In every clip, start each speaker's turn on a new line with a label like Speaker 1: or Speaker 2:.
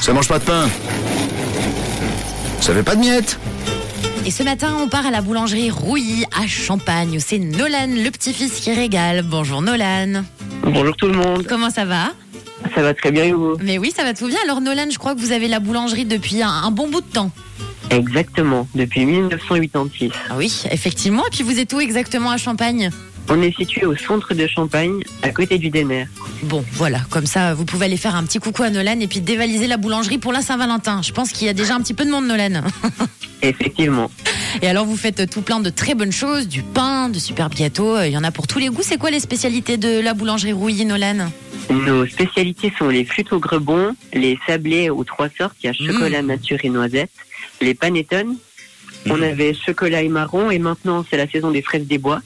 Speaker 1: Ça mange pas de pain. Ça fait pas de miettes.
Speaker 2: Et ce matin, on part à la boulangerie Rouilly à Champagne. où C'est Nolan, le petit-fils qui régale. Bonjour Nolan.
Speaker 3: Bonjour tout le monde,
Speaker 2: Comment ça va
Speaker 3: ça va très bien et vous
Speaker 2: Mais oui, ça va tout bien. Alors Nolan, je crois que vous avez la boulangerie depuis un, un bon bout de temps.
Speaker 3: Exactement, depuis 1986.
Speaker 2: Ah oui, effectivement. Et puis vous êtes où exactement à Champagne
Speaker 3: On est situé au centre de Champagne, à côté du Déner.
Speaker 2: Bon, voilà, comme ça, vous pouvez aller faire un petit coucou à Nolan et puis dévaliser la boulangerie pour la Saint-Valentin. Je pense qu'il y a déjà un petit peu de monde, Nolan.
Speaker 3: Effectivement,
Speaker 2: Et alors, vous faites tout plein de très bonnes choses, du pain, de super gâteaux. Il y en a pour tous les goûts. C'est quoi les spécialités de la boulangerie Rouilly, Nolan
Speaker 3: nos spécialités sont les flûtes au grebon, les sablés aux trois sortes, il y a chocolat, nature et noisette, les panettones, on avait chocolat et marron, et maintenant c'est la saison des fraises des bois,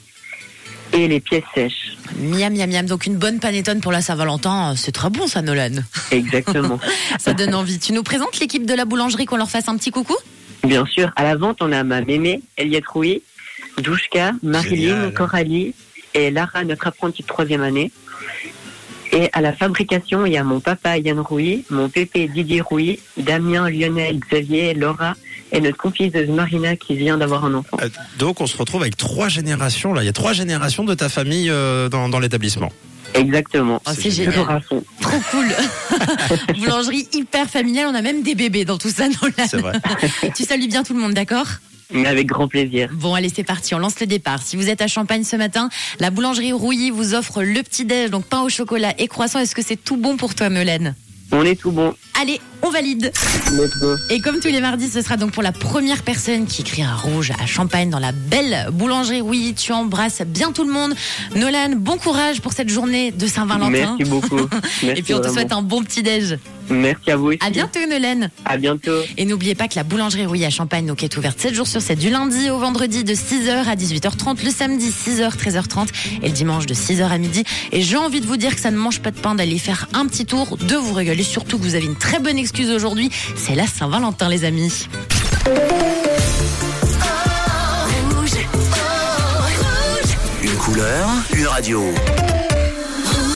Speaker 3: et les pièces sèches.
Speaker 2: Miam, miam, miam. Donc, une bonne panettone pour la Saint-Valentin, c'est très bon, ça, Nolan.
Speaker 3: Exactement.
Speaker 2: Ça donne envie. Tu nous présentes l'équipe de la boulangerie, qu'on leur fasse un petit coucou
Speaker 3: Bien sûr, à la vente, on a ma mémé, Eliette Rouy, Douchka, Marilyn,
Speaker 1: Génial.
Speaker 3: Coralie et Lara, notre apprentie de troisième année. Et à la fabrication, il y a mon papa Yann Rouy, mon pépé Didier Rouy, Damien, Lionel, Xavier, Laura et notre confiseuse Marina qui vient d'avoir un enfant.
Speaker 4: Euh, Donc on se retrouve avec trois générations là. Il y a trois générations de ta famille euh, dans, dans l'établissement.
Speaker 3: Exactement.
Speaker 2: Oh, C'est
Speaker 4: C'est
Speaker 2: génial.
Speaker 3: Toujours à fond.
Speaker 2: Trop cool. boulangerie hyper familiale. On a même des bébés dans tout ça,
Speaker 4: C'est
Speaker 2: Nolan.
Speaker 4: vrai.
Speaker 2: Tu salues bien tout le monde, d'accord
Speaker 3: Mais avec grand plaisir.
Speaker 2: Bon, allez, c'est parti, on lance le départ. Si vous êtes à Champagne ce matin, la boulangerie Rouilly vous offre le petit-déj, donc pain au chocolat et croissant. Est-ce que c'est tout bon pour toi, Nolène
Speaker 3: On est tout bon.
Speaker 2: Allez, on valide
Speaker 3: Let's go.
Speaker 2: Et comme tous les mardis, ce sera donc pour la première personne qui écrira rouge à Champagne dans la belle boulangerie Rouilly. Tu embrasses bien tout le monde. Nolan, bon courage pour cette journée de Saint-Valentin.
Speaker 3: Merci beaucoup. Merci
Speaker 2: Et puis on te
Speaker 3: vraiment.
Speaker 2: souhaite un bon petit-déj.
Speaker 3: Merci à vous aussi.
Speaker 2: À bientôt, Nolène
Speaker 3: À bientôt.
Speaker 2: Et n'oubliez pas que la boulangerie Rouille à Champagne donc, est ouverte 7 jours sur 7, du lundi au vendredi de 6h à 18h30, le samedi 6h, 13h30 et le dimanche de 6h à midi. Et j'ai envie de vous dire que ça ne mange pas de pain d'aller faire un petit tour, de vous régaler, surtout que vous avez une très bonne excuse aujourd'hui, c'est la Saint-Valentin les amis.
Speaker 1: Une couleur, une radio.